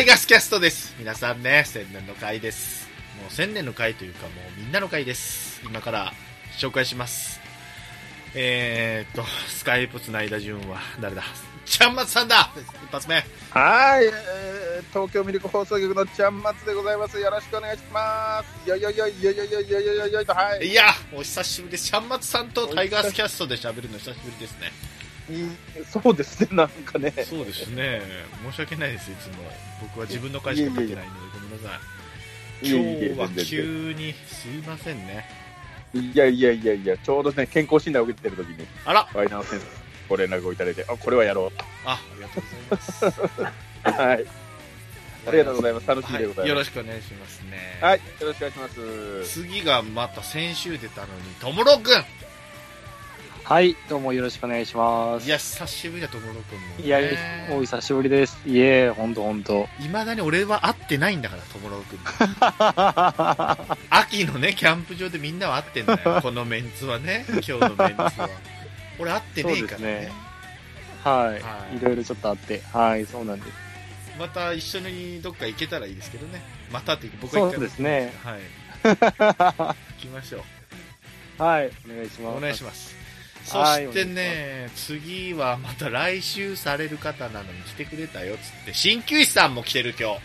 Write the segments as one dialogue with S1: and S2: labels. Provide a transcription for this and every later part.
S1: イガースキャストです。皆さんね、千年の会です。もう千年の会というか、もうみんなの会です。今から紹介します。えーっと、スカイプつないだ順は、誰だちゃんまつさんだ一発目。
S2: はい、えー東京ミルク放送局のちゃんまつでございます。よろしくお願いします。よいよいよいよいよいよいよいよいよいよいと、はい。
S1: いや、お久しぶりです。ちゃんまつさんとタイガースキャストで喋るの久しぶりですね。
S2: いそうですね、なんかね。
S1: そうですね。申し訳ないです、いつも。僕は自分の会しか書いてないので、ごめんなさい。今日は急に、すいませんね。
S2: いやいやいやいや、ちょうどね、健康診断を受けてる時に、
S1: あら
S2: ワイナー先生、ご連絡をいただいて、あ、これはやろ
S1: あ、ありがとうございます。
S2: う。はい。ありがとうございます。楽しみでござ
S1: はいよ
S2: ま
S1: ろ
S2: す。
S1: しくお願いしますね。
S2: はい、よろしくお願いします。
S1: 次がまた先週出たのに、ともろくん
S3: はい、どうもよろしくお願いします。
S1: いや、久しぶりだ、ともろくんも、ね。
S3: いや、お久しぶりです。いえ、ほんとほんと。
S1: いまだに俺は会ってないんだから、ともろくんに。 秋のね、キャンプ場でみんなは会ってんだよ。このメンツはね、今日のメンツは。俺会ってねえから
S3: そうで
S1: ね
S3: すね。は
S1: はい
S3: い。いろいろちょっとあって。はい、そうなんです。
S1: また一緒にどっか行けたらいいですけどね。またっていうか僕は一
S3: そう
S1: 回
S3: ですね。
S1: はい。 行きましょう。
S3: はい、お願いします。
S1: お願いします。そ
S3: はい
S1: してね、次はまた来週される方なのに来てくれたよっつって、鍼灸師さんも来てる今日。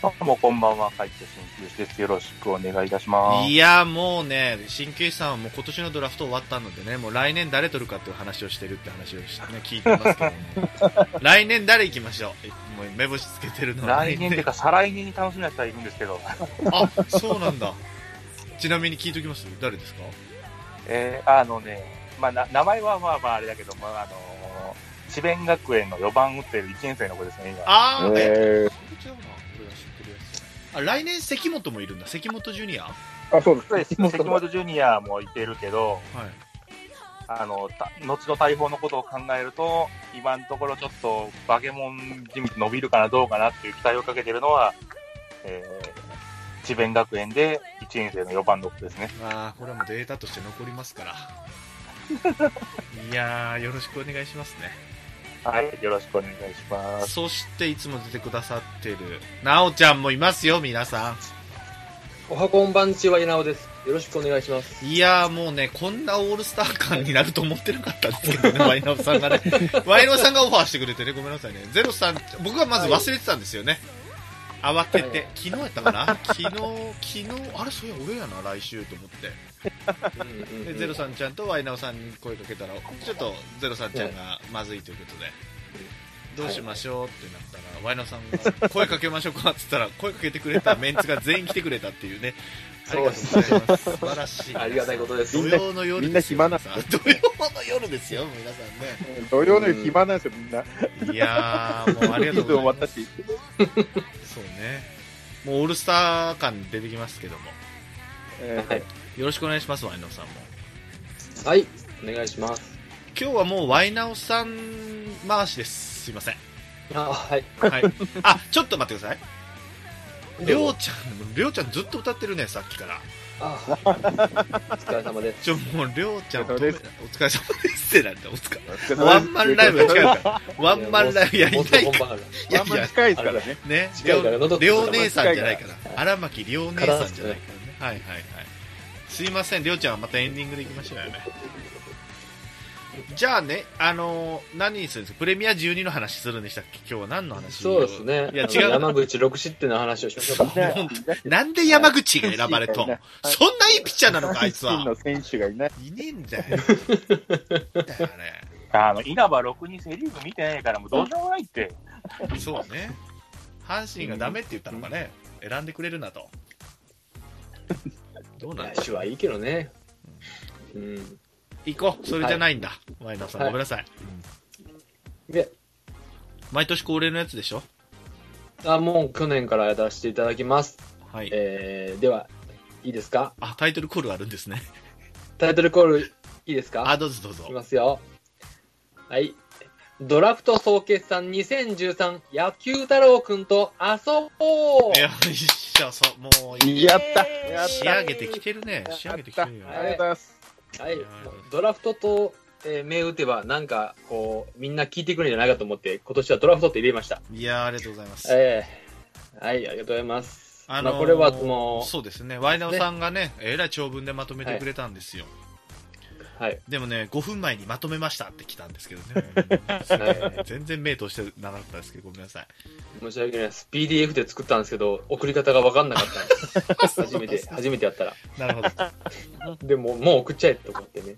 S4: どうもこんばんは、会長新旧です。よろしくお願いいたしま
S1: い
S4: す。
S1: や、もうね、鍼灸師さんはもう今年のドラフト終わったのでね、もう来年誰取るかっていう話をしてるって話をして、ね、聞いてますけどね。来年誰行きましょう。えもう目星つけてるのは
S4: 来年っていうか、再来年に楽しみな人はいるんですけど、
S1: あ、そうなんだ。ちなみに聞いときます誰ですか
S4: えー、あのね、まあ、な名前はまあまああれだけど、まあ、あのー智弁学園の4番打ってる1年生の子ですね、今。
S1: あー、え
S2: え
S1: それちゃうな。俺が知ってるやつ。あ、来年関本もいるんだ。関本ジュニアは
S2: ー、あ、そうです。
S4: そうです関本ジュニアもいてるけど、
S1: い。
S4: あの、た後の大砲のことを考えると、今のところちょっとバケモン地道伸びるかなどうかなっていう期待をかけてるのは、えー、智弁学園で1年生の4番の子ですね。
S1: まあこれはもうデータとして残ります からいやーよろしくお願いしますね
S4: はい、よろしくお願いします。
S1: そしていつも出てくださってるなおちゃんもいますよ皆さ
S5: おはこんばんちは、やなおです。よろしくお願いし ます。
S1: んいやーもうねこんなオールスター感になると思ってなかったんです けどねワイナオさんがねワイナオさんがオファーしてくれてねごめんなさいねゼロさん僕はまず忘れてたんですよね、慌てて、
S5: はい
S1: 昨日やったかな昨日、昨日、あれ、それ俺やな、来週と思って。で、ゼロさんちゃんとワイナオさんに声かけたら、ちょっとゼロさんちゃんがまずいということで、どうしましょうってなったら、ワイナオさんが声かけましょうかって言ったら、声かけてくれたメンツが全員来てくれたっていうね、ありがとうございます。素晴らしい。
S5: ありがたいことです
S1: 土曜の夜ですよ。
S2: みんな
S1: 皆さん土曜の夜ですよ、皆さ
S2: 土曜の夜暇なんですよ、みんな。
S1: んね。いやー、もうありがとう
S2: シーズン終
S1: ご
S2: わ
S1: ざいま
S2: った
S1: す。
S2: し。
S1: そうね。もうオールスター感出てきますけども、
S2: え
S4: はい
S1: よろしくお願いします、ワイナオさんも。
S5: はい、お願いします。
S1: 今日はもうワイナオさん回しです。すいません。
S5: あ、はい。
S1: はい。あ、ちょっと待ってください。りょうちゃん、りょうちゃんずっと歌ってるね、さっきから。
S5: あ、はい。お疲れ様です。
S1: ちょ、もうりょうちゃん、
S2: お
S1: お
S2: 疲れ様です
S1: 疲れ様ですってなんて、お疲れ。
S2: ー
S1: ワンマンライブが違うから。ワンマンライブやり
S5: もったと
S1: い
S5: 本
S1: か
S5: 番から。
S1: ら。
S2: ワン
S1: いやい
S2: マン
S1: や、
S2: 近いですからね。
S1: ね。り
S5: 近
S1: ょ
S5: いから喉
S1: う
S5: 取っ
S1: り
S5: て
S1: ょう姉さんじゃないから。荒牧りょう姉さんじゃないからね。はいはいはい。すいません、りょうちゃんはまたエンディングでいきましょうよね。じゃあね、あのー何にするんですかプレミア12の話するんでしたっけ今日は何の話
S5: そうですね。
S1: いや、違う。
S5: 山口6失点の話をしましょうか。
S2: ね
S1: なんで山口が選ばれとん
S2: はい
S1: そんないいピッチャーなのか、あいつ
S2: 阪
S1: は。
S2: 神 の選手がいない。
S1: いねえんだよ。だよ
S4: あの、稲葉6人セリーグ見てないから、もうどうしようもないって。
S1: ね。そうね。阪神がダメって言ったのかね。選んでくれるなと。どうなんで
S5: 来週はいいけどね。うん。
S1: 行こう。それじゃないんだ。前田さん、
S5: は
S1: ご
S5: い
S1: めんなさい。
S5: で、
S1: 毎年恒例のやつでしょ
S5: あ、もう去年からやらせていただきます。
S1: はい。
S5: えー、では、いいですか
S1: あ、タイトルコールあるんですね。
S5: タイトルコール、いいですか
S1: あ、どうぞどう
S5: いき
S1: ぞ。
S5: ますよ。はい。ドラフト総決算2013野球太郎くんと遊ぼう
S1: よいしょ、そう、もう、
S2: やったやっ
S1: 仕上げてきてるね。仕上げてきてるよ。
S2: たありがとうございます。
S5: はい。ドラフトとえー銘打てば、なんか、こう、みんな聞いてくれるんじゃないかと思って、今年はドラフトって入れました。
S1: いやーありがとうございます。
S5: ええはい、ありがとうございます。
S1: あ
S5: ま
S1: の
S5: あ、
S1: ー
S5: これは、その、
S1: そうですね、ワイナオさんがね、えらい長文でまとめてくれたんですよ、
S5: はい。
S1: でもね、5分前にまとめましたって来たんですけど ね、
S5: はい
S1: 全然目通してなかったですけど、ごめんなさい、
S5: 申し訳ないです。PDF で作ったんですけど、送り方が分かんなかったんで す。初めて、初めてやったら。
S1: なるほど、
S5: でも、もう送っちゃえと思ってね。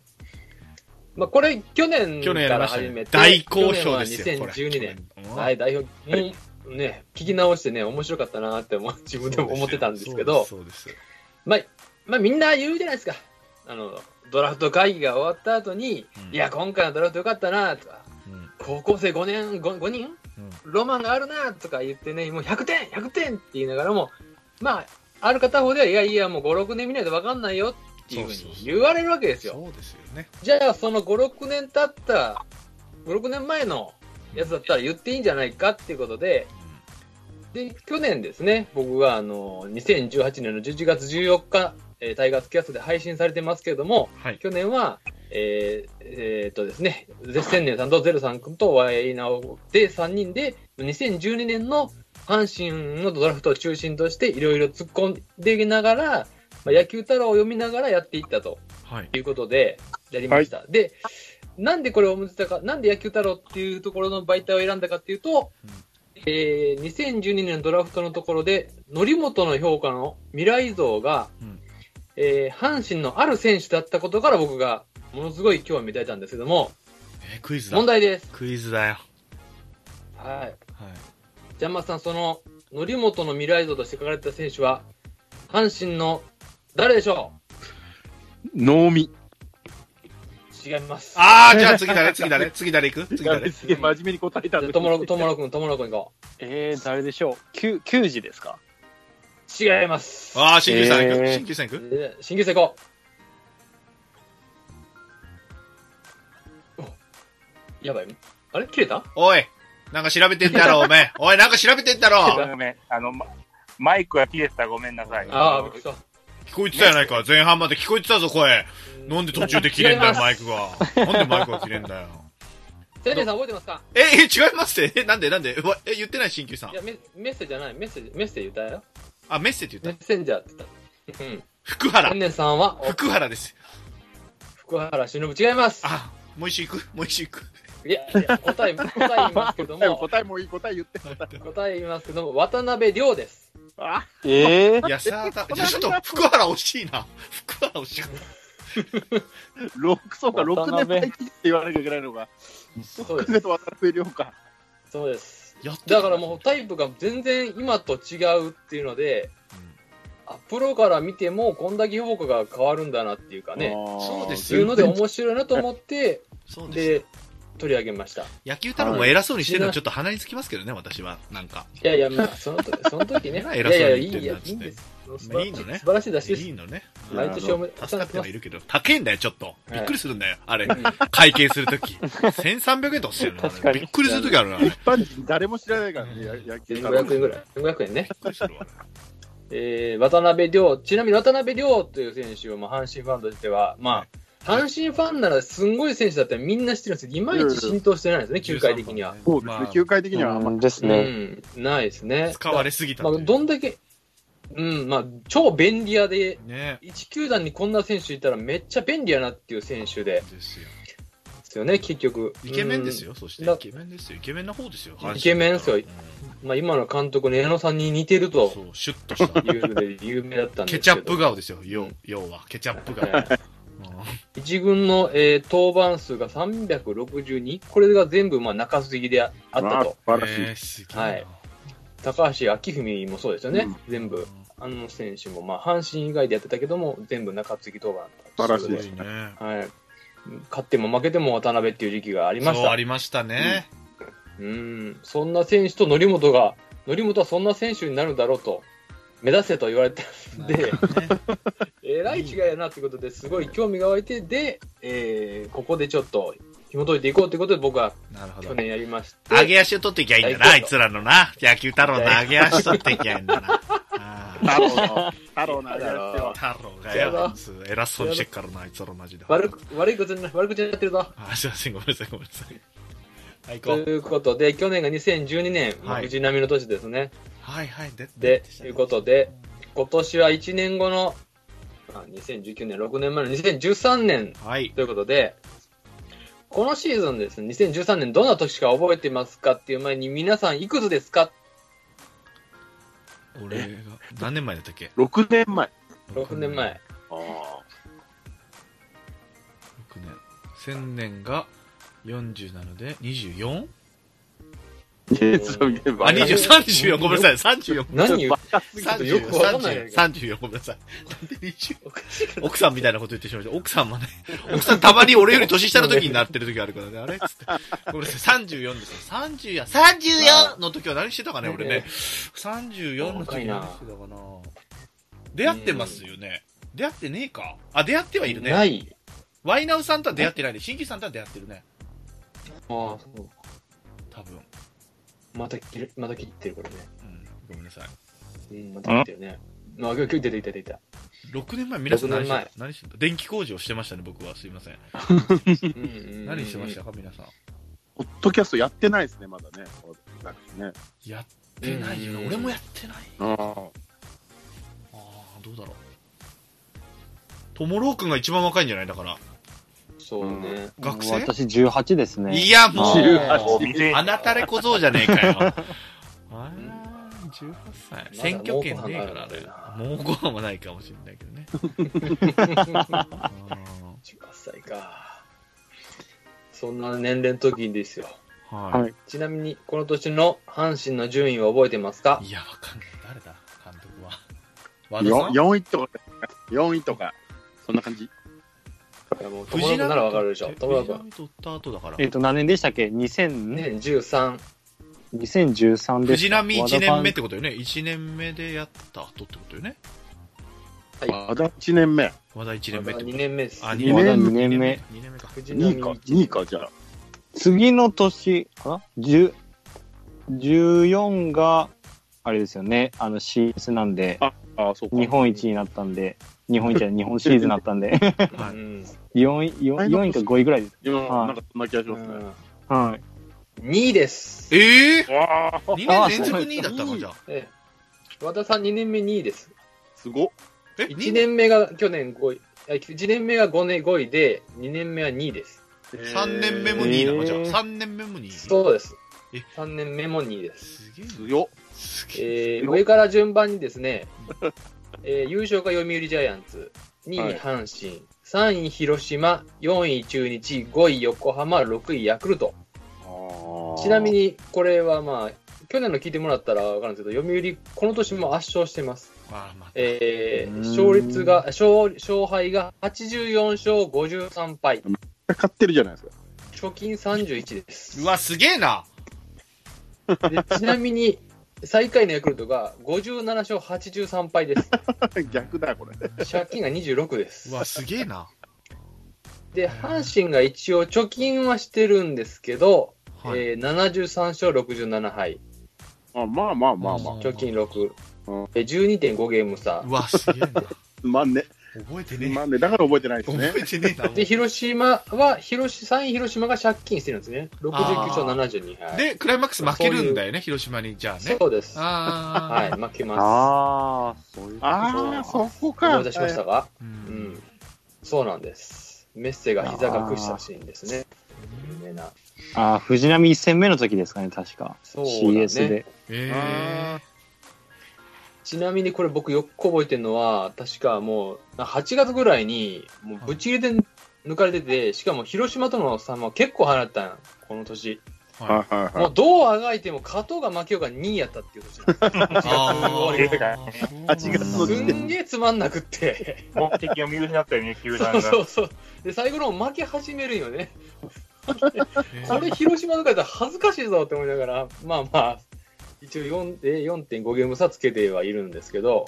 S5: まあ、これ、去年
S1: 去年や
S5: か
S1: りま
S5: ら
S1: した
S5: 始め
S1: ね、
S5: て、
S1: 大好評ですよ、
S5: 去
S1: こ
S5: 年
S1: れ、
S5: は2012年。
S1: うん
S5: はい、代表、うんね、聞き直してね、面白かったなって思う自分でも思ってたんですけど、
S1: そうですよ、
S5: まあ、まあ、みんな言うじゃないですか。あの、ドラフト会議が終わった後に、
S1: うん
S5: いや、今回のドラフト良かったなとか、
S1: そうです
S5: 高校生5年、5, 5人
S1: うんうん
S5: ロマンがあるなとか言ってね、もう100点 !100 点って言いながらも、まあ、ある片方では、いやいや、もう5、6年見ないと分かんないよっていうふう
S1: そうそう
S5: に
S1: そう
S5: 言われるわけですよ。
S1: そうですよね、
S5: じゃあ、その5、6年経った、5、6年前のやつだったら言っていいんじゃないかっていうことで、で、去年ですね、僕があの、2018年の11月14日、えータイガースキャストで配信されてますけれども、
S1: うんはい、
S5: 去年は、えーえーっとですね、ゼッセンネンさんとゼルさん君とワイナオで3人で、2012年の阪神のドラフトを中心としていろいろ突っ込んでいきながら、まあ、野球太郎を読みながらやっていったと
S1: はい、
S5: いうことで、やりました。で、なんでこれを思ってたか、なんで野球太郎っていうところの媒体を選んだかっていうと、
S1: うん
S5: えー2012年ドラフトのところで、則本の評価の未来像が、
S1: うん
S5: えー阪神のある選手だったことから僕がものすごい興味を抱いたんですけども、
S1: えークイズだ
S5: 問、題です。
S1: クイズだよ、
S5: はい。
S1: はい、
S5: ジャンマスさん、その、則本の未来像として書かれてた選手は、阪神の誰でしょ
S3: 脳み。
S5: う違います。
S1: あー、じゃあ次誰、次誰、次誰行く次
S4: やべ
S1: 誰、
S4: すげえ真面目に答えたん
S5: じゃあ
S4: だ
S5: ともろく、ともろくん、ともろくん行こ
S3: えー、誰でしょう九九時ですか
S5: う。違います。
S1: あー、新旧さん行く、
S3: えー
S1: 新旧さん行く、
S5: で新球生行こう。おやばい。あれ切れた
S1: おい、なんか調べてん だろ、おめえ、おい、なんか調べてんだろ。
S4: ごめんあの、まマイクが切れてたらごめんなさい。
S5: ああ、
S4: の
S5: びっくりした。
S1: 聞こえてたやないか前半まで聞こえてたぞ声なんで途中で切れんだよマイクがなんでマイクが切れんだよ
S5: テレさん覚えてますか
S1: ええ違います ってえなんでなんでうわえ言ってない新旧さん
S5: いや、メメッセじゃない。メッセ、メッセ言ったよ。
S1: あメッセって
S5: メ
S1: 言った
S5: ッセンジャーって言った。うん。
S1: 福原
S5: 天然さんは、お
S1: 福原です
S5: 福原忍違います。
S1: あもう一周行くもう一周行く
S5: いや、いや答え、答え言いますけど
S2: 答え
S5: も、
S2: 答えもういい答え言って
S5: 答え言いますけども、渡辺亮です。
S2: あ
S3: えー、
S1: いやさあたいやちょっと福原惜しいな福原惜しかっ
S2: 六そうか
S3: 渡
S2: 六
S3: 辺
S2: 年待機って言わなきゃいけないのか
S5: そうで
S2: クゼ
S5: す。
S2: と渡辺亮か
S5: そうです。
S1: たやって
S5: だからもうタイプが全然今と違うっていうので、
S1: うん
S5: あプロから見てもこんだけ評価が変わるんだなっていうかね、
S1: そうです
S5: そういうので面白いなと思って、
S1: そうです
S5: で、取り上げました。い
S1: 野球太郎も偉そうにしてるのちょっと鼻につきますけどね私はなんか
S5: やいや、まあ、その時、その時ね。
S1: 偉そ
S5: い
S1: うに
S5: やいや、
S1: 言
S5: い
S1: ってんない
S5: や、
S1: っつっ
S5: いいん
S1: て
S5: です。素
S1: まあいいの
S5: 晴らしい、
S1: ね
S5: 素晴らしい出しで
S1: いい
S5: す。
S1: のね
S5: 毎年おめでとう
S1: 助かって
S5: ご
S1: は
S5: ざ
S1: い
S5: い
S1: るけど、高えんだよ、ちょっと。びっくりするんだよ、あれ
S5: うん。
S1: 会計すると き。1300円とかしてるのあれ
S3: 確かに
S1: びっくりするときあるな、あれびっ
S2: 一般人誰も知らないからねや野球
S5: ます。1500円ぐらい。1500円ね。
S1: くりするわ。
S5: えー、渡辺亮、ちなみに渡辺亮という選手を、まあ、阪神ファンとしては、まあ、阪神ファンならすんごい選手だってみんな知ってるんですけど、いまいち浸透してないんですね、球界的には。
S2: そうで
S1: ますあ
S2: ね球界的にはあんま
S3: うんです
S5: う
S3: ね。
S5: ん、ないですね。
S1: 使われすぎた
S5: ま
S1: と
S5: あ、
S1: いう
S5: どんだけ、うん、まあ、超便利屋で、
S1: ね。
S5: 1球団にこんな選手いたらめっちゃ便利やなっていう選手で
S1: ですよ。
S5: すよね、結局。
S1: イケメンですよ、そして。
S5: だ
S1: イケメンですよ。イケメンの方ですよ。
S5: イケメンですよ
S1: うん
S5: うん。まあ、今の監督の矢野さんに似てると
S1: そう、シュッとした。
S5: いうので有名だったんで
S1: ケ
S5: すけど。
S1: チャップ顔ですよ、要要は。ケチャップ顔。
S5: はい一軍の、えー登板数が362、これが全部まあ中継ぎでああったと、
S2: 素晴らしい、
S1: えすげえな
S5: はい高橋明文もそうですよね、全部、あの選手も、まあ、阪神以外でやってたけども、全部中継ぎ登板だった
S2: 素晴らし
S1: す
S2: い
S1: ごいね。
S5: はい、勝っても負けても渡辺っていう時期がありまし
S1: そう、あ
S5: た。
S1: りましたね。
S5: うん、そんな選手と則本が、則本はそんな選手になるだろうと、目指せと言われてんで
S1: なんかね
S5: えらい違いやなってことですごい興味が湧いて、で、えーここでちょっと紐解いていこうということで、僕は
S1: なるほ
S5: 去
S1: ど。
S5: 年やりまして、
S1: 上げ足を取っていきゃいいんだな、あいつらのな。野球太郎の上げ足取っていきゃいいんだな。あー
S2: 太郎の、太郎のあれですよ。
S1: 太郎がやあいつ偉そうにしてっからなあいつらマジで
S5: 悪く悪いことにな悪口になってるぞ。
S1: あすいませんごめんなさいごめんなさいはい
S5: と
S1: 行こう
S5: いうことで、去年が2012年、
S1: はい
S5: 藤波の年ですね。
S1: はいはいで
S5: で、ということで、今年は1年後の、あ2019年、6年前の2013年
S1: はい
S5: ということで、このシーズンですね、2013年どんな年か覚えてますかっていう前に、皆さんいくつですか
S1: 俺が何年前だったっけ
S2: 6年前。
S5: ?6 年 前。
S2: ああ。
S1: 6年千年が40なので 24?
S2: えー
S1: あ20 34ごめんなさい34
S5: 何言うちょっとよくわかんないんだけど
S1: 34ごめんなさいなんで20奥さんみたいなこと言ってしまいました奥さんもね奥さんたまに俺より年下の時になってる時あるからねあれっつってごめんなさい34ですよ30や34の時は何してたかね俺ね34の時何してたかな出会ってますよね出会ってねえかあ出会ってはいる
S5: な
S1: ね
S5: い。
S1: ワイナウさんとは出会ってないで新規さんとは出会ってるね
S5: ああ、そう。
S1: 多分
S5: また切る、また切ってる、これね。
S1: うんごめんなさい
S5: うん、また切ってるね。まあ、今日出てきた、出てきた。
S1: 6年前皆さん
S5: 6
S1: 何し
S5: 年
S1: て
S5: 前
S1: た何してた電気工事をしてましたね僕はすいません 何
S5: 何
S1: してましたか皆さん
S2: ポッドキャストやってないですね、まだね。私ね。
S1: やってないよ
S5: うん
S1: 俺もやってない
S2: あ
S1: ああどうだろうトモロー君が一番若いんじゃないだから
S5: そうね。
S1: 学生
S3: 私18ですね。
S1: いやも
S3: あ
S1: う
S3: ー
S4: お
S2: 18。
S4: 店
S1: あなたれ小僧じゃねえ かよあー18歳選挙権ねえからあれもうご飯はないかもしれないけどね あ
S5: 18歳か。そんな年齢の時ですよ。
S1: ーは
S5: ちなみに、この年の阪神の順位を覚えてますか
S1: いいやわかんない誰だ監督は和田さん
S2: 4位とか、4位とか、そんな感じ。
S5: いやもう、友達ならわかるでしょ。友
S1: 藤
S5: 達
S1: 浪取った後だから
S3: えっと、何年でしたっけ ?2000、
S5: 年13。
S3: 2013です
S1: 藤
S3: か。
S1: 浪1年目ってことよね1年目でやった後ってことよね
S2: まだ1年目。
S1: 和田1年目ってこと
S5: 2年目です。
S1: あ
S2: 二
S3: ま
S2: 年目
S3: だ2年目。
S1: 2年目か
S5: 藤浪
S2: 2位か、2位か、じゃあ。
S3: 次の年、あ ?10、14が、あれですよね。あの CS なんで、
S2: ああ、そうか。
S3: 日本一になったんで、日本一じゃない日本シリーズになったんで、
S1: は
S5: う
S1: い
S5: ん
S3: 4位、4位4位か5位ぐらいです。
S2: 今、
S3: はい
S2: なんかそんな気がしますね。
S3: はい。
S5: 2位です。
S1: ええ
S2: わあ、
S1: ー、!2 年連続2位だったのじゃあ。
S5: ええ和田さん2年目2位です。
S2: すごっ。
S1: え、
S5: 1
S1: 2年
S5: 年目が去年5位。1年目が5年5位で、2年目は2位です。
S1: ?3 年目も2位なのじゃあ。
S3: えー
S1: 3年目も2位。
S5: そうです
S1: え。
S5: 3年目も2位です。
S1: すげえな。
S2: 強っ。
S1: すげえ。
S5: えー上から順番にですね、 えー優勝が読売ジャイアンツ、2位阪神、3位広島、4位中日、5位横浜、6位ヤクルト。ちなみ
S2: に、
S5: に、これはまあ、去年の聞いてもらったら分かるんですけど、読売、この年も圧勝してます。
S1: あーまあ、
S5: えー
S3: うん
S5: 勝率が、勝勝敗が84勝53敗。
S2: 勝ってるじゃないですか。
S5: 貯金31です。
S1: うわ、すげえな。
S5: でちなみに、最下位のヤクルトが57勝83敗です。
S2: 逆だ、これ。
S5: 借金が26です
S1: う。わ、すげえな。
S5: で、阪神が一応貯金はしてるんですけど、
S1: はい
S5: えー73勝67敗、
S2: あまあまあまあまあ。
S1: うん
S5: 貯金6、
S2: うん
S5: えー12.5ゲーム差
S1: う。わ、すげえな。
S2: つまんね。
S1: 覚えて
S2: つ
S1: ね
S2: まんね。だから覚えてないで
S1: え。
S2: す
S1: 覚
S2: ね
S1: え。てねえな。もう
S5: で、広島は、広島、3位広島が借金してるんですね。69勝72敗。
S1: で、クライマックス負けるんだよね、広島に。じゃあね。
S5: そうです。は
S1: あー。
S5: い、負けます。
S3: ああ、そういうこと
S2: ああ、そこか。
S5: 思い出しましたが、
S1: う
S5: うんん。そうなんです。メッセが膝が屈したシーンですね。有名な。
S3: あー藤浪1戦目の時ですかね、確か。
S5: そうだ
S3: CS
S5: ね。
S3: で。
S1: え
S5: ちなみにこれ僕よく覚えてるのは、確かもう8月ぐらいに、もうぶち切れで抜かれてて、しかも広島との差も結構離れたん、この年。
S1: ー。はい。
S2: はいはい
S5: も
S2: は
S5: うどうあがいても勝とうが負けようが2位やったっていう年なんですよ
S1: あ
S5: 8
S1: ー
S5: 月
S2: 8
S5: の
S2: 月の
S5: 終わりすんげえつまんな くって。
S4: 目的を見失ったよね、球
S5: そ
S4: 団
S5: う
S4: が
S5: そ。うそう。で、最後の方負け始めるんよね。これ広島抜かれたら恥ずかしいぞって思いながら、まあまあ、一応4えー4.5ゲーム差つけてはいるんですけど、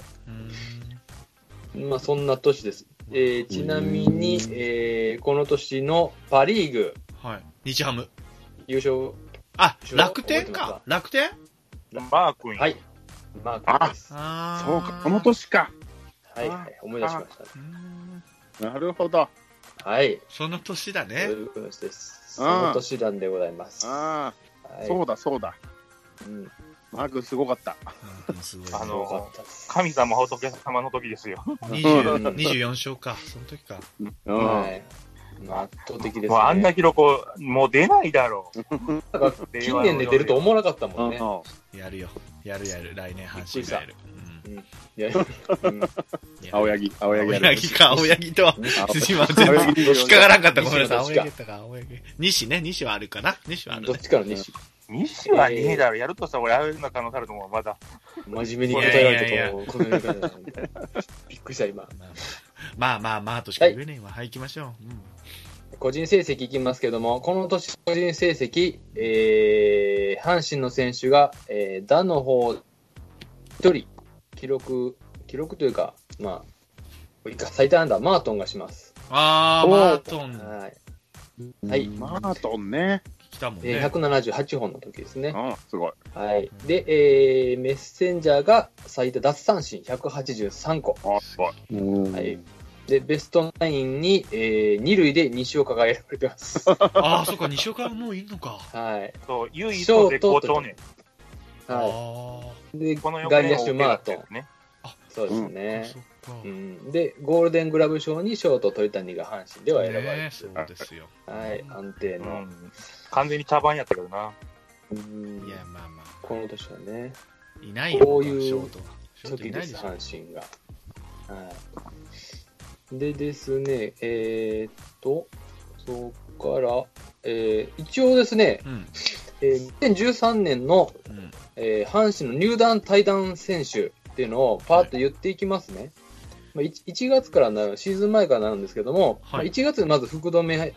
S1: うん
S5: まあそんな年です。えーちなみに、えーこの年のパ・リーグ
S1: はい。日ハム。
S5: 優勝、
S1: あ、楽天か。楽天
S4: マー君、
S5: はい、マークです。は
S1: あ
S2: そうか、この年か。
S5: い、はい、思い出しまし
S1: うん
S2: なるほど。
S5: た。はい、
S1: その年だ
S5: そう
S1: ね
S5: いうことです。
S2: うん
S5: その年なんでございます。は
S2: ああ、
S5: い、
S2: そうだ、そうだ。
S5: うん、
S2: マー君すごかった。
S1: うんでもすごい
S4: あ
S5: あ
S4: の
S5: の、かったです
S4: 神様、仏様の時ですよ。
S1: 20
S5: うん
S1: 24勝かその時か
S2: うん
S5: はい。圧倒的ですね。
S4: もうあんな記録、もう出ないだろう。
S5: なんか近年で出ると思わなかったもんね。
S1: やるよやるやる来年阪神がやる
S5: いやうん
S1: うんやる
S2: 青柳、青柳
S1: 青
S2: やる。
S1: 柳か青柳とは
S2: 青柳
S1: 今全
S2: 青
S1: 然
S2: 柳
S1: 引っかからんかったごめんなさい
S5: どっ
S1: 青
S5: ちか
S1: 柳やったか青柳西ね西はあるかな西はある
S5: どっ
S1: ね
S5: ちから西、
S4: 西はねえだろ、やるとしたら俺、ああいうの可能性あると思う、まだ。
S5: 真面目に答えられてと、この世界だと思うびっくりした、今。
S1: まあまあまあとしか言えねえわはい行きましょううん
S5: 個人成績いきますけども、この年個人成績、えー、阪神の選手が、えー、打の方、1人、記録、記録というか、まあ、いいか最多安打、マートンがします。
S1: あー
S2: おー
S1: マートン
S5: はい。はい。
S2: マートンね。
S1: 来たもん
S5: え
S1: ね
S5: ー178本の時ですね。
S2: うん、すごい。
S5: はい。で、えー、メッセンジャーが最多奪三振183個。
S2: あ、すごい。
S3: うん
S5: はい。で、ベストナインに、えー、二塁で西岡が選ばれて ます。
S1: ああそっか西岡もういんのか
S5: はい。
S4: そう、唯一の絶好調ね。
S1: あ
S5: は
S1: ー
S5: い。で、
S4: この
S5: 外
S4: 4年
S5: 野手マートン。
S4: ね。
S5: そうです
S1: そっ
S5: ね。
S1: か
S5: う
S1: ね
S5: ん、で、ゴールデングラブ賞にショート鳥谷が阪神では選ばれ
S1: え
S5: て
S1: そ
S5: る、
S1: うですよ
S5: はい、安定
S4: う
S5: の、
S4: ん。完全に茶番やったけどな。
S5: うん
S1: いやまあまあ
S5: この年はね、
S1: いないよ
S5: こういう
S1: ショートはショート
S5: 時
S1: いな
S5: で
S1: い
S5: す、
S1: でしょ
S5: 阪神が。はい、でですね、えー、っと、そこから、えー一応ですね、
S1: うん
S5: えー2013年の、
S1: うん
S5: えー阪神の入団、退団選手っていうのをパーッと言っていきますね。まあ、1, 月からなる、シーズン前からなるんですけども、
S1: はい
S5: まあ1月にまず福留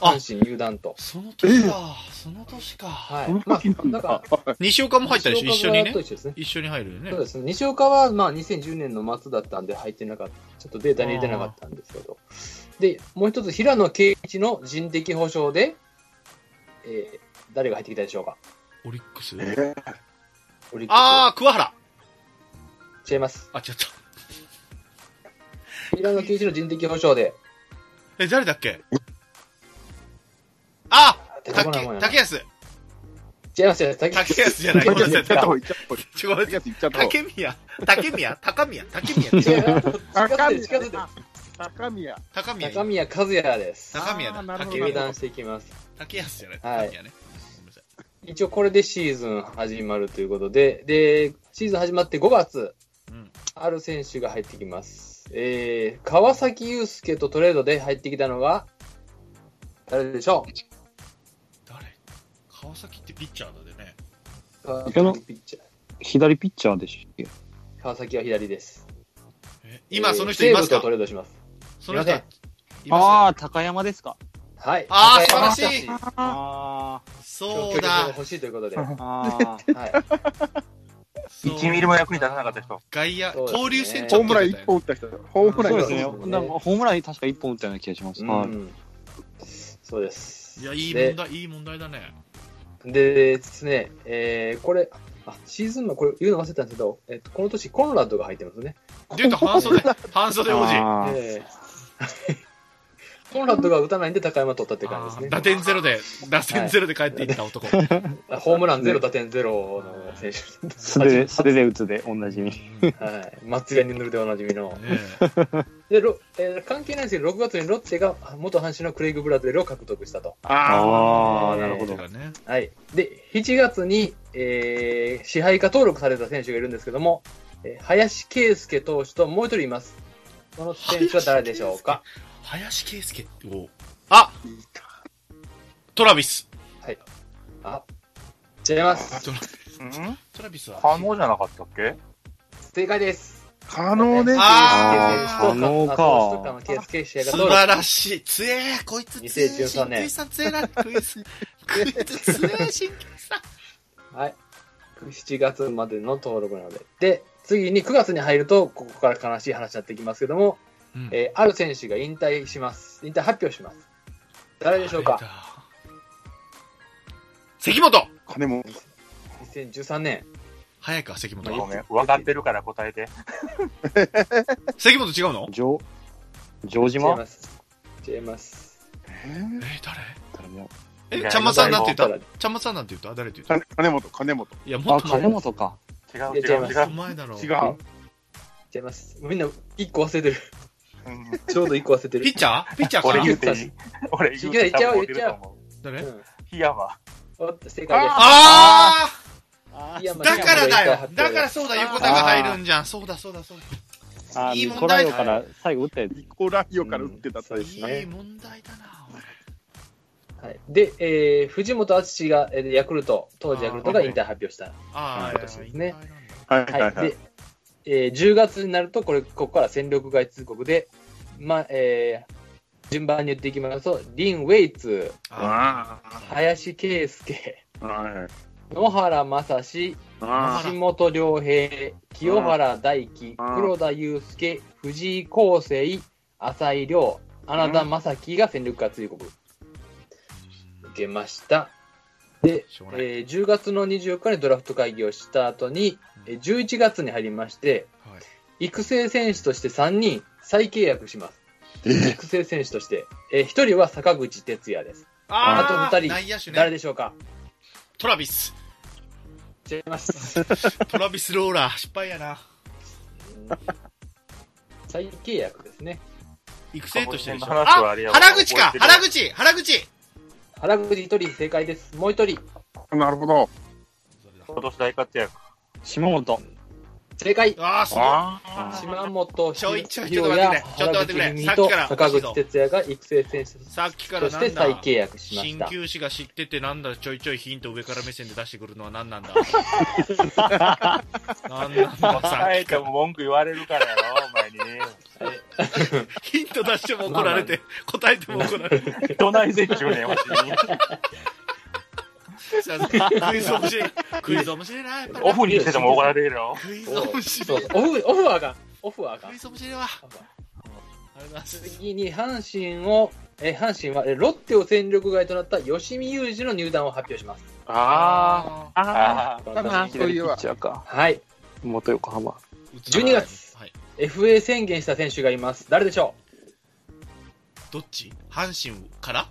S1: あ
S5: 阪神入団と。
S1: その年かその年か
S5: はい。
S2: この
S5: まあ
S2: 時なんだ。
S1: 西岡も入ったでしょ一緒にね
S5: 西岡と一緒ですね。
S1: 一緒に入るよね
S5: そうですね。西岡は、まあ、2010年の末だったんで入ってなかった。ちょっとデータに入れてなかったんですけど。で、もう一つ、平野圭一の人的保障で、えー誰が入ってきたでしょうか
S1: オリックス
S2: え
S5: オリックス
S1: ああ桑原
S5: 違います。
S1: あ違った
S5: 平野圭一の人的保障で、
S1: え誰だっけあ
S5: 出てこないもん
S1: 竹
S5: やな
S1: 竹安
S5: 違いますよ、竹
S1: 竹安じゃない
S2: ー、
S1: ごめんなさい
S2: 行っちゃった方、行っちゃった方。
S1: ちょごめんなさい
S2: 行っちゃった方。
S1: 竹宮竹宮高宮竹宮
S5: 違う
S2: 高
S5: 近づいて
S2: 宮
S5: る近づいてる。
S2: 高宮。
S1: 高宮
S5: 中宮和也です。
S1: 高宮
S2: あー
S1: だ
S2: なるほど
S1: 竹
S5: 入
S1: 宮だ
S5: 団していきます。
S1: 竹安じゃない
S5: はい
S1: 高宮ねごめんなさい
S5: 一応これでシーズン始まるということで、で、シーズン始まって5月、
S1: うん
S5: ある選手が入ってきます。えー、川崎祐介とトレードで入ってきたのが、誰でしょ
S1: 誰川崎ってピッチャーだでね
S5: う川
S3: 池の
S5: 崎ピッチャー
S3: 左ピッチャーでしたっけ
S5: 川崎は左です。
S1: え今その人
S5: えー
S1: います
S5: 西武と
S1: か
S5: トレードします。
S1: その人
S5: いま
S1: います
S3: ああ、高山ですか。
S5: はい。
S1: あー
S5: 高山
S1: 素晴らしい
S5: 久志
S3: あ
S1: そ
S5: 今日
S1: う
S5: 巨人が
S1: だ
S5: 欲しいということで。は
S3: あ、あ
S5: い。
S1: そう
S4: 1ミリも役に立たなかった人。
S1: 外野
S5: そうですね
S1: 交流戦ち
S2: ホ
S1: ょ
S2: ー
S1: っ
S2: ム
S1: と
S2: ラン
S1: 出たよ
S2: 1本打った人。ホー
S3: あ。
S2: ムラン
S3: そう
S2: 一
S3: で
S2: 本
S3: すね。なんかホームラン確か一本打ったような気がします。
S5: う
S3: はい。
S5: ん。そうです。
S1: いやいい
S5: で
S1: 問題いい問題だね
S5: でですね、えー、これ、あ、シーズンのこれ言うの忘れてたんですけど、えっと、この年コンラッドが入ってますね。
S1: 出た半袖半袖王子
S3: あー
S5: えー コンラッドが打たないんで高山取ったって感じ
S1: あー
S5: です
S1: 打
S5: ね。
S1: 点ゼロで打線ゼロで帰っていった男、
S5: ホームランゼロ、打点ゼロの選手。
S3: 素手で、素手で打つで、おなじみ。
S1: ね
S5: はい。松屋に塗るでおなじみの。
S1: え
S5: で、ろえー関係ないんですけど、6月にロッテが元阪神のクレイグ・ブラズベルを獲得したと。
S3: ああ、なるほ
S1: そう
S3: ど。
S1: だね
S5: はい。で、7月に、えー、支配下登録された選手がいるんですけども、えー林圭介投手ともう一人います。この選手は誰でしょうか
S1: 林圭介をあトラビス
S5: あ、違います。
S1: トラ
S4: うん
S1: トラビスは
S4: 可能じゃなかったっけ
S5: 正解です。
S2: 可能ね。
S1: あ
S3: ー可能か
S5: 投手とかの圭介試合が
S1: 素
S5: 登録
S1: 晴らしい強えこいつ強え
S5: 2013
S1: 神
S5: 年
S1: 経さん強えなクイズクイズ強え神経さん
S5: はい。7月までの登録なので。で、次に9月に入ると、ここから悲しい話になってきますけども、
S1: うん
S5: えーある選手が引退します。引退発表します。誰でしょうか
S1: 関本
S2: 金も。
S5: ?2013 年。
S1: 早川関本
S4: ご
S1: か
S4: めん、分かってるから答えて。
S1: 関本違うの
S3: 城、城
S5: 違い
S3: 島
S5: ます。違います。
S1: えー
S4: い
S1: 誰え
S4: や
S1: ちゃんまさんなんて言
S5: た
S1: っ
S5: ら、
S1: たちゃんまさんなんて言った誰って言っ
S2: 金金本、金本。
S1: たいやも
S3: あ、
S1: っと前
S3: 金本か。
S4: 違
S5: い
S4: う
S5: や
S4: 違う
S5: 違い
S4: 違
S1: もっと
S4: う。
S1: 前だろ
S2: 違う。
S5: 違います。みんな、一個忘れてる。
S4: うん
S5: ちょうど一個忘れてる。
S1: ピッチャーピッチャー
S4: 俺
S1: か
S4: 言っていい俺言って多分思ってると思う。
S1: 誰
S5: うん
S4: 檜山。
S5: お正解です。
S1: あ
S3: あ
S5: いや
S1: あ
S5: まあ
S1: だからだ
S5: 一回発
S1: よ
S5: 表
S1: だからそうだ横田が入るんじゃんそうだそうだそう
S3: あ、
S1: いい
S3: ニ
S1: 問題
S3: コライオから最後打ったやつ。
S2: ニコライオから打ってたって
S5: そうです
S1: だいい
S5: ね。
S1: 問題だなおい
S5: はい、で、えー、藤本敦が、えーヤクルト、当時ヤクルトが引退発表した。
S1: あ
S5: 今年
S1: あ
S5: ですね
S2: はいは
S5: はいい。
S2: はい
S5: で。、えー10月になると、これ、ここから戦力外通告で、ま、えー順番に言っていきますと、リン・ウェイツ、
S1: あ
S5: 林圭介、
S2: あーはい
S5: 野原正史、
S2: あ
S5: 橋本良平、清原大輝、
S2: うん
S5: 黒田祐介、藤井康生、浅井亮、穴田正樹が戦力外通告受けました。で、
S1: しょうがない
S5: えー10月の24日にドラフト会議をした後に、えー11月に入りまして、
S1: はい
S5: 育成選手として3人再契約します。
S2: ー
S5: 育成選手として。えー、1人は坂口哲也です。
S1: あー
S5: あと二人
S1: 内野手
S5: 誰
S1: ね
S5: でしょうか
S1: トラビス
S5: 違います。
S1: トラビスローラー失敗やな
S5: 再契約ですね。
S1: 育成としてでしょ
S4: この話はあ
S1: あ
S4: れやわ
S1: 原口か
S4: 覚えてるわ
S1: 原口原口
S5: 原口1人正解です。もう1人
S2: なるほど。
S4: 今年大活躍。
S3: 島本。
S5: 正解
S1: ああすごい
S2: あ
S3: あ
S5: 島本
S1: ちょいちょい
S5: ひろ
S1: ちょっと待ってくれ
S5: や
S1: ちょっと待ってくれ
S5: 原
S1: さっき
S5: 口
S1: から
S5: と坂口哲也が育成選手
S1: さっきからな
S5: とし
S1: んだ
S5: て再契約しまし
S1: 鍼
S5: た。
S1: 灸師が知っててなんだちょいちょいヒント上から目線で出してくるのは何なんだ何なんださ
S4: あ
S1: っ
S4: え
S1: き
S4: て
S1: か
S4: も
S1: ら
S4: 文句言われるからやろ、お前に。
S1: ヒント出しても怒られて答えても怒られて
S4: どないぜっちゅうねん、わしに。
S1: すいませんクイズ面白いクイズ面白いなやっぱり
S4: オフにしてても怒られるよ。
S1: クイズ
S5: そう
S1: 面
S5: そ
S1: 白
S5: う
S1: い
S5: そうオフ、オフはあかん。オフはあかん
S1: クイ。ズ面白いわありがとうございます
S5: 次に阪神を、えー阪神はえーロッテを戦力外となった吉見雄二の入団を発表します。
S3: あ
S1: あ
S3: あ
S4: あ
S5: わかりま
S3: あ。
S5: した
S2: そういうわ
S3: 左ピッチャーか。
S5: はい。
S3: 元横浜。
S5: 12月
S1: はい
S5: FA 宣言した選手がいます。誰でしょ
S1: どっち阪神から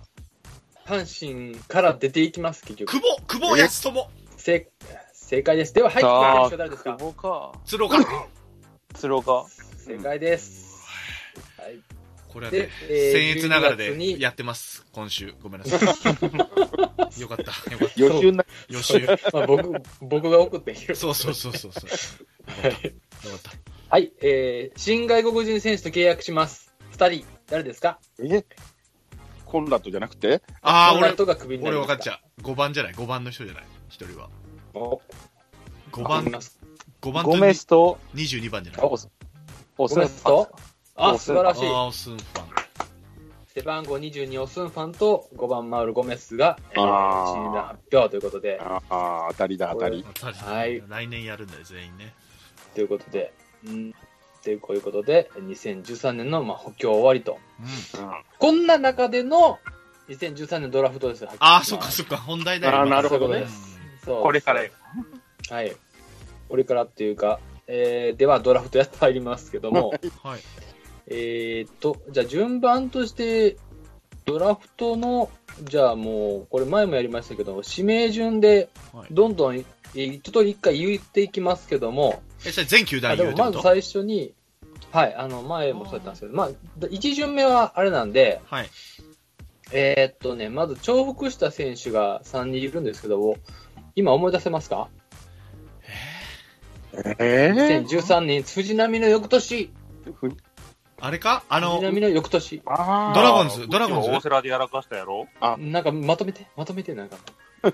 S5: う阪神から出ていきます、結局
S1: 久。保久保康友
S5: 正正解です。では、はい。
S3: あー
S5: 誰ですか
S3: 保か。
S1: 鶴岡
S3: 鶴岡。
S5: 正解です。はい。
S1: これは
S5: で
S1: ね、
S5: えー
S1: 僭越ながら
S5: 12月
S1: で
S5: に
S1: やってます今週ごめんなさい よかったよかった
S2: 予習な
S1: 予習
S5: まあ、僕、僕が送っている。
S1: そうそうそうそうそう
S5: は
S1: よ
S5: い。
S1: かった
S5: はい。えー、新外国人選手と契約します。二人、誰ですか
S2: えコンラットじゃなくて
S1: ああ
S5: ロナ
S1: 俺
S5: ウドがクビにな
S1: 俺
S5: りま
S1: 分
S5: した
S1: かっちゃう5番じゃない5番の人じゃない1人は
S5: お
S1: 5
S5: わかり
S1: 番
S5: ます
S1: 五番と
S3: ゴメスと、
S1: 22番じゃない
S3: おお
S5: オ
S3: す
S5: スンファンとあ、
S3: オス
S5: 素
S3: ン
S5: 晴
S1: あ
S5: ら
S1: あ
S5: しい。
S1: ースンファン
S5: 背番号22オスンファンと5番マウル・ゴメスが、えー、
S2: あー
S5: 新人発表ということで、
S2: ああ、当たりだ、当たり。
S1: 当たり
S5: はい
S1: 来年やるんだよ全員ね
S5: ということで、うん、でこういうことで、2013年のまあ補強終わりと。
S1: うん
S5: こんな中での2013年ドラフトですよ。
S1: ああそっかそっか本題だよ
S2: あーなるほど
S1: う
S2: ね
S1: ん
S5: そう
S4: これからよ。
S5: はい。これからっていうか、えーではドラフトやってまいりますけども、
S1: はい
S5: えーっと、じゃあ順番として、ドラフトの、じゃあもう、これ前もやりましたけど、指名順で
S1: はい、
S5: どんどん、えー一通り一回言っていきますけども、
S1: えそれ全球
S5: あ
S1: 団
S5: で
S1: 言うっ
S5: も
S1: て
S5: ま
S1: こ
S5: ず
S1: と
S5: 最初に、はい、あの、前もそうやったんですけど、まあ、一巡目はあれなんで、
S1: はい
S5: えーっとね、まず重複した選手が3人いるんですけど、今思い出せますか
S2: え
S5: ?2013 年、藤波の翌年、
S1: あれかあの
S5: 藤波の翌年。
S2: あ
S1: ドラゴンズドラゴンズ
S4: 大瀬良でやらかしたやろ
S5: なんかまとめて、まとめてなんか。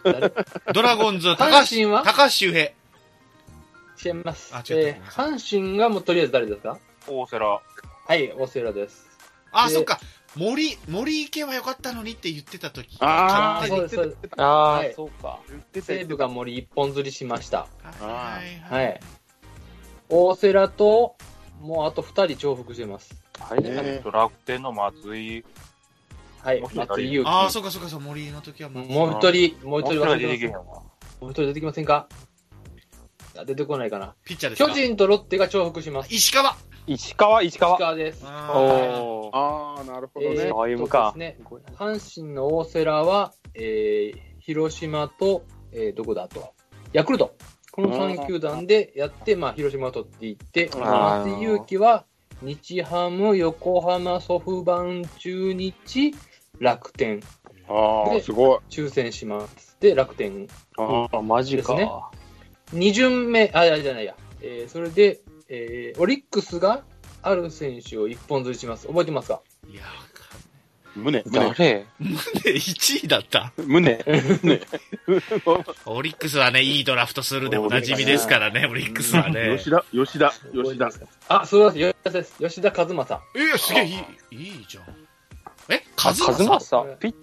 S5: 誰
S1: ドラゴンズ高
S5: 阪
S1: 橋
S5: 神は
S1: 高橋周平
S5: 違いま す
S1: あ。違った
S5: えー阪神がもうとりあえず誰ですか
S4: 大瀬良。
S5: はい、オセラです。
S1: あー
S5: で
S1: そっか森森池は良かったのにって言ってた時
S2: あ
S1: 勝手
S2: ー
S5: そ
S1: に
S5: うです、そうです。
S3: あ
S5: は
S3: あ
S5: い、
S3: そうか。
S2: 言ってた言
S5: 西
S2: って
S5: 武
S2: た
S5: が森一本釣りしました。
S2: あ
S1: は
S5: はいい。オセラと、もうあと2人重複してます。
S3: はい
S2: ねえ
S4: 楽天の松井。
S5: はい
S4: もう、一人
S5: 松井裕
S1: ああ
S5: 樹。
S1: そうかそうかそう森の時はもう
S5: もう一人、もう一
S4: 大
S5: 人
S4: 瀬良
S5: 忘
S4: 出て
S5: れ
S4: けへ
S5: て
S4: ん
S5: ます
S4: わ。
S5: もう一人出てきませんかだ出てこないかな。
S1: ピッチャーです
S5: 巨
S1: か
S5: 人とロッテが重複します。
S1: 石川
S3: 石川、石川。
S5: 石川です。
S1: あ
S3: おー。
S2: ああ、なるほど
S5: え
S2: ね
S5: ー。
S3: そういうか
S5: そうですね阪神の大瀬良は、えー広島と、えーどこだあとはヤクルト。この3球団でやって、まあ、広島を取っていって、
S3: あー
S5: 松井裕樹は、日ハム、横浜、ソフバン、中日、楽天、
S2: ああ、
S5: です
S2: ごい。
S5: 抽選します。で、楽天
S3: ああ、マジ
S5: です
S3: か。
S5: ね二巡目、あ、いやじゃないや。えーそれで、えーオリックスがある選手を一本釣りします。覚えてますか
S1: ーいや
S2: 胸、胸、
S3: 誰
S1: で1位だった
S2: 胸。
S1: オリックスはねいいドラフトするでおなじみですからねオリックスはね
S2: 吉田、吉田、
S5: 覚え
S2: 吉
S5: てま
S2: 田。
S5: すかあ、そうだ、吉田です。吉田和正。
S1: えー、すげえいいいいじゃんえカ
S3: カ
S1: ズ
S3: ズ
S1: マさん
S3: マさん。ピッ、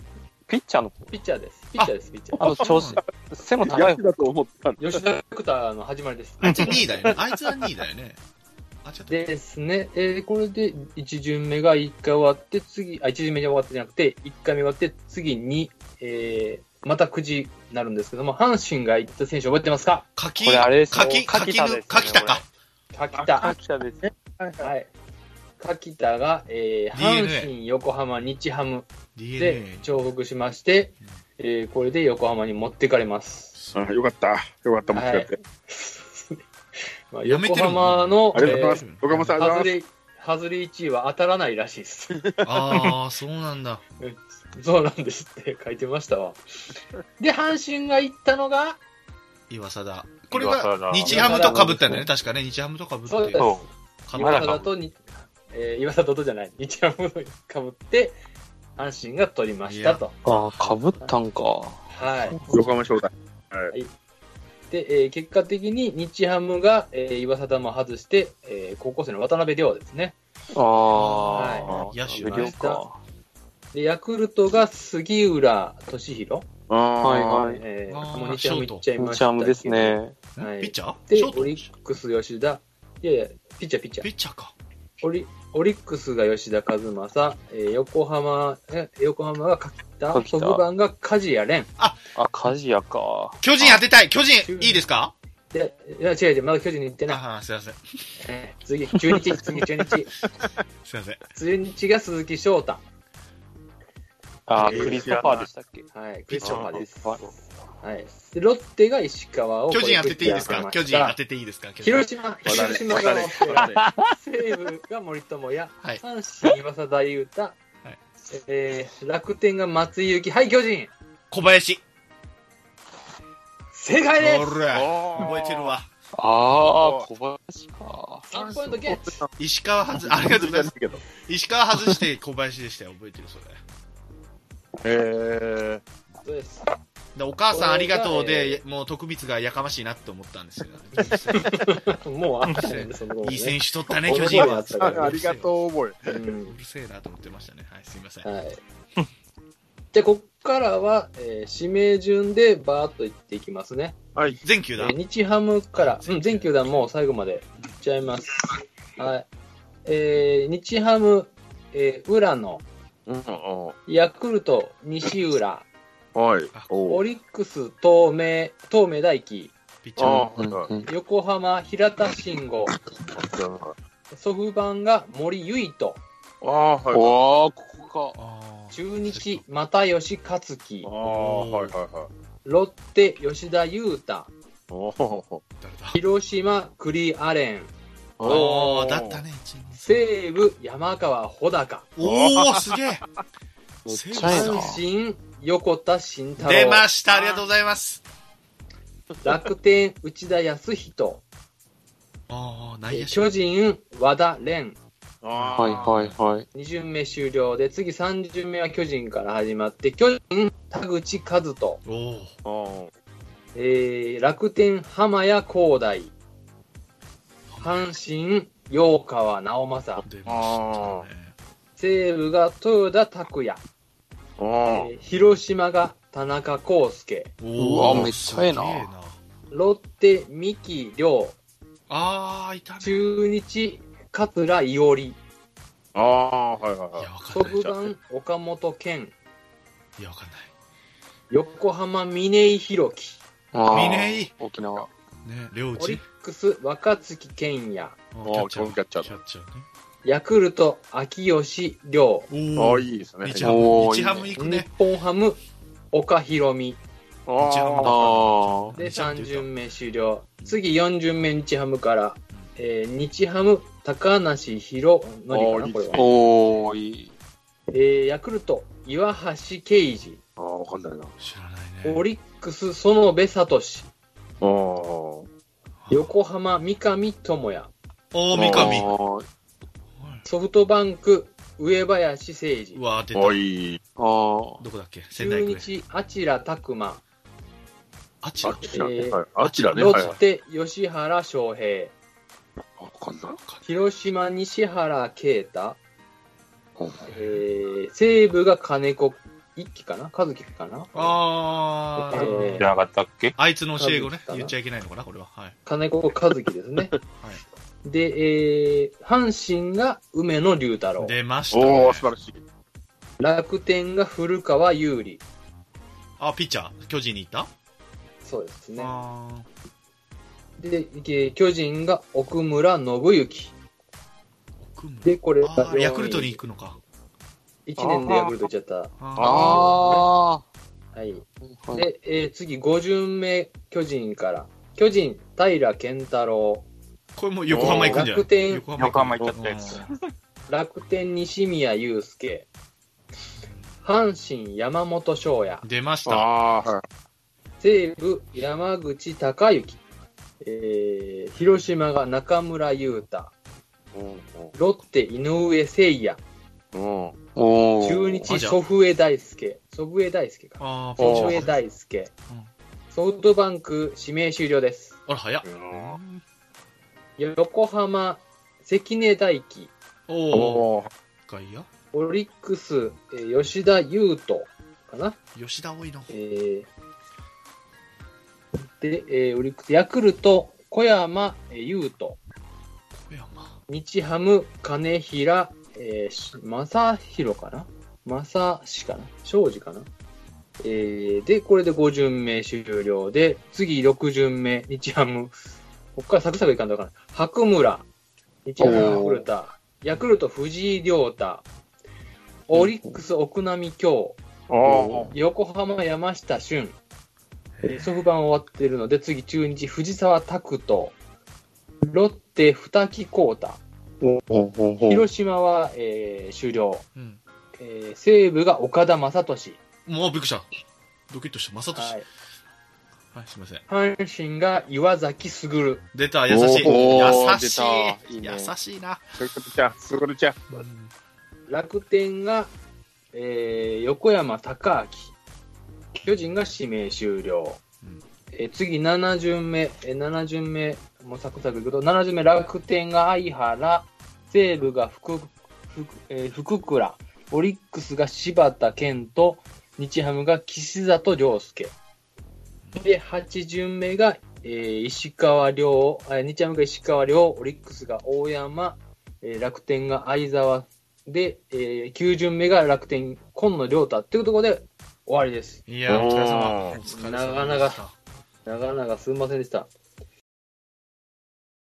S3: ピッチャーの。
S5: ピッチャーです。ピッチャーです、ピッチャー。
S3: あの、調子、背も高い
S2: 吉。田と思ったんだ。
S5: 吉田クターの始まりです。
S1: あいつ2位だよねあいつは2位だよねあちょっと
S5: ですね。えーこれで1巡目が1回終わって、次、あ、1巡目が終わってじゃなくて、1回目終わって、次に、えーまた9時になるんですけども、阪神が行った選手覚えてますか
S1: 柿
S3: これあれですよ
S1: 柿柿
S3: 柿田です
S1: 柿柿
S3: よ
S1: 田か
S5: 柿田。
S3: 秋田ですね。
S5: はい。柿田が、えー、
S1: DNA
S5: 阪神、横浜、日ハム
S1: DNA
S5: で重複しまして、えー、これで横浜に持ってかれます。
S2: あよかった。よかった、もしかして。
S5: まあ、
S1: やめ
S5: 横
S1: てるも
S5: 浜
S1: ん
S5: の、
S2: ありがとうございます
S1: えー。
S2: 岡本さん、ありがとう
S5: ハ
S2: ご
S5: ズ
S2: ざい
S5: レ、ハズレ1位は当たらないらしいです。
S1: ああそうなんだ
S5: そうなんですって書いてましたわ。で、阪神が行ったのが、
S1: 岩貞これ
S4: 岩佐
S1: が
S4: だ
S1: 日ハムと被ったんだよね確かね日ハムと被って
S5: そうです
S1: 被っ
S4: そ
S1: た
S5: 岩
S4: 今
S5: 佐とに、えー、岩佐とじゃない、日ハムかぶって、阪神が取りましたと。
S3: ああ、かぶったんか。
S5: はい。
S2: ます。横浜招待。
S5: で、えー結果的に日ハムが、えー岩佐も外して、えー高校生の渡辺亮ですね。
S3: ああ
S1: は、い野手
S3: 無料か。
S5: で、ヤクルトが杉浦俊弘。
S2: ああ、
S3: はい
S2: い。
S3: はい。
S5: えー
S1: あー
S5: もう日ハム行っちゃい
S3: ピッ
S5: まし
S3: チ
S5: たけ
S3: ャー
S5: ど。
S3: もです。ね。
S5: はい
S1: ピッチャーシ
S5: で、
S1: ョート
S5: オリックス吉田。いやいや、ピッチャーピッチャー
S1: ピ。ッチャーか
S5: オリオリックスが吉田和正、えー横浜、え横浜が柿田、
S3: 柿
S5: ソ
S3: 田
S5: フバンが梶谷蓮。
S3: あ、鍛冶屋か。
S1: 巨人当てたい巨人いいですか
S5: でいや、違う違う、まだ巨人に行ってない。
S1: ああすいません
S5: えー次、中日、次、中日。
S1: すいません
S5: 中日が鈴木翔太。
S3: ああ、
S5: えー
S3: クリストファーでしたっけ
S5: はい、クリスチョファーです。
S3: は
S5: はい。で、ロッテが石川を。
S1: 巨人当てていいです
S5: こ
S1: か
S5: れ
S1: 巨人当。てていいですか巨人
S5: 広島、広島がロッテ、西武が森友哉、
S1: はい
S5: 阪神岩佐大太、
S1: い
S5: えー楽天が松井裕樹、はい、巨人
S1: 小林
S5: 正解です
S1: ほら覚
S2: 覚
S1: えてる。わ
S3: ああ、小林か。
S5: !3 ポイントゲッツ
S1: 石川外ありがとうございます石川外して小林でしたよ覚えてるそれ
S2: え
S5: そうです。
S1: でお母さんありがとう
S5: これ
S1: で、もう徳光がやかましいなって思ったんですよ。
S5: もうあったね、その
S1: いい 選手取ったね、
S5: こ
S1: 巨
S5: の
S1: 人
S5: 頃はあ
S1: は。
S5: ったか
S2: ー、
S5: ら
S2: ありがとう、覚え。
S5: うん
S1: うるせえなと思ってましたね。はい、すいません。
S5: はい。で、こっからは、えー指名順でバーっといっていきますね。
S1: 全球
S5: え
S1: 団
S5: ー。日ハムから、うん、全球団もう最後までいっちゃいます。はい。えー日ハム、えー浦野、
S2: うん、うん。
S5: ヤクルト、西浦、
S2: はい
S1: あ。
S2: お
S5: オ
S2: う
S5: リックス、東明、東明大輝、
S1: ピッチャー
S2: あ
S1: の。
S2: ー、はいはい。
S3: うん
S5: 横浜、平田慎吾、ソフバンが森唯斗、
S2: ああ、はい。
S3: おー、ここか。
S1: あー
S5: 中日、又吉克樹
S2: あ、あ、はいはいはい。
S5: ロッテ、吉田優太、
S2: おお。
S1: 誰だ
S5: 広島、クリアレン、
S1: おー、だったね、1位
S5: 西武、山川穂高、
S1: おー、すげえ
S3: めっちゃええな
S5: 阪。神、横田慎太郎、
S1: 出ましたありがとうございます
S5: 楽天、内田康人、
S1: あー、内野手。
S5: 巨人、和田蓮、
S2: あ
S3: はいはいはい。
S5: 2巡目終了で、次3巡目は巨人から始まって、巨人、田口和人、
S1: おー、
S2: い。
S5: えー、楽天、浜谷光大、阪神、陽川直政、
S1: 出ましたね。
S5: 西武が豊田拓也、
S2: あ
S5: えー広島が田中康介、
S1: おー
S3: うわめっちゃええな
S1: すげ
S5: ロッテ、三木亮、
S1: あー、いたね。
S5: 中日、桂伊織、
S2: あ。ああー、はいはい
S1: い
S2: はい
S1: や、。わか
S5: ソ
S1: んない
S5: フ。バン、岡本健、
S1: いや、わかんない。
S5: 横浜、峰井宏樹、
S3: あー
S1: 峰井
S3: 沖縄。
S1: ね、両
S5: オリ
S1: 内
S5: ッ。クス、若月健也、
S1: うん
S2: おーキャッチャーだ
S1: キャッチャーね。
S5: ヤクルト、秋吉亮、
S2: あ
S1: お
S2: あ、
S1: ー、
S2: いいですね。
S1: 日ハ
S2: お
S1: ム、
S2: ーい
S1: 日
S2: い
S1: ハム行く
S5: 日
S1: ね。
S5: 本ハム、岡博美。
S1: ム
S2: あ
S3: あ
S5: で、
S1: 日ハムっ
S5: 3
S1: て言う
S5: 巡目終了。次4巡目、日ハムから。えー日ハム、高梨博典か
S2: あーい
S5: な、
S2: い
S5: こ
S2: で
S5: れ
S2: すね
S5: は。
S3: おーいい。
S5: えーヤクルト、岩橋啓二。
S2: あ、わかんないな。あ
S1: 知らないね。
S5: オリックス、園部聡。
S2: あ。お
S5: 横浜、三上智也。
S1: おー、三上。
S2: 上。
S5: ソフトバンク、上林誠
S1: う
S5: 二。
S1: わー、出
S2: お
S1: た。
S2: い。
S3: あー。
S1: どこだっけ仙台
S5: 中
S1: 育英。
S5: 日、あちら拓磨。
S1: あっち
S2: あ
S1: だ
S2: っ。ちらね。
S5: えー
S2: はいあっちらね。
S5: ロ
S2: はい。
S5: ッ
S2: わ
S5: テ、吉原翔平。
S2: かんない。
S5: 広島、西原啓太。
S2: うん
S5: えー西武が金子、一期かな和樹かな
S1: あ
S5: え
S1: ー、
S5: ー
S4: じゃなかったっけ
S1: あいつの教え子ね。言っちゃいけないのかな、これは。はい。
S5: 金子和樹です ね。で、えー阪神が梅野龍太郎。
S1: 出ましたね、
S2: おー、素晴らしい。
S5: 楽天が古川優里。
S1: あ、ピッチャー巨人に行った、
S5: そうですね。
S1: あー
S5: で、えー巨人が奥村信之。
S1: 奥村
S5: で、これ
S1: あーヤクルトに行
S5: 1
S1: くのか。
S5: 年でヤクルト行っちゃった。
S1: あ
S3: あ
S5: はい。
S3: ー。
S5: で、えー次、5巡目、巨人から。巨人、平健太郎。
S1: ーこれもう横浜行くんじゃない
S5: 楽天
S1: 横浜
S4: 横浜行っちゃったやつ
S1: うん
S5: 楽天、西宮祐介。阪神、山本翔也。
S1: 出ました。
S2: ああ、はい。
S5: 西武、山口孝之、えー広島が中村優太、
S2: う
S5: ロッテ、井上誠也、
S2: ん。うん。
S3: おー。
S5: 中
S1: あ
S5: 日、
S1: じゃあ
S5: 祖父江大輔、祖父江大輔か。
S1: あー、ポ
S5: 祖父
S1: ジシ
S5: 江
S1: ョン
S5: 大輔
S1: うん。
S5: ソフトバンク、指名終了です。
S1: あら、早っ。
S5: 横浜、関根大輝、
S1: おー、
S2: おー。
S1: 外野
S5: オリックス、えー吉田優斗かな。
S1: 吉田多いの。
S5: えーで、えーオリックス、ヤクルト、小山えー優斗。
S1: 小山。
S5: 日ハム、金平、えーし、正宏かな正志かな庄司かなえー、で、これで5巡目終了で、次6巡目、日ハム。こっからサクサクいかんとわからない。白村、日ハム、古田、ヤクルト、藤井亮太、オリックス、奥浪京、
S2: おー。
S5: 横浜、山下俊。えーソフバン終わってるので、次中日、藤沢拓人、ロッテ、二木光太。
S3: おー。
S5: 広島は、えー終了、
S1: うん。
S5: えー西武が岡田正俊、
S1: もうびっくりした。ドキッとした。正俊。
S5: は
S1: はいい、すいません。
S5: 阪神が岩崎優
S1: 出た、優しい。
S2: おー
S1: 優し
S2: 出た
S1: い。
S2: いいね
S1: 優しいな。
S2: すぐるちゃん、すぐるちゃん。
S1: うん
S5: 楽天が、えー横山隆明巨人が指名終了、
S1: うん
S5: えー次7巡目、えー7巡目もうサクサクいくと7巡目楽天が相原西武が福福,、えー福倉オリックスが柴田健と日ハムが岸里亮介で8巡目が、えー石川亮えー日ハムが石川亮オリックスが大山、えー楽天が相澤で、えー9巡目が楽天今野亮太っていうところで終わりです
S1: いや、お疲れ様。
S2: おー
S1: お疲れ様でした
S5: 長々なかなかすみませんでした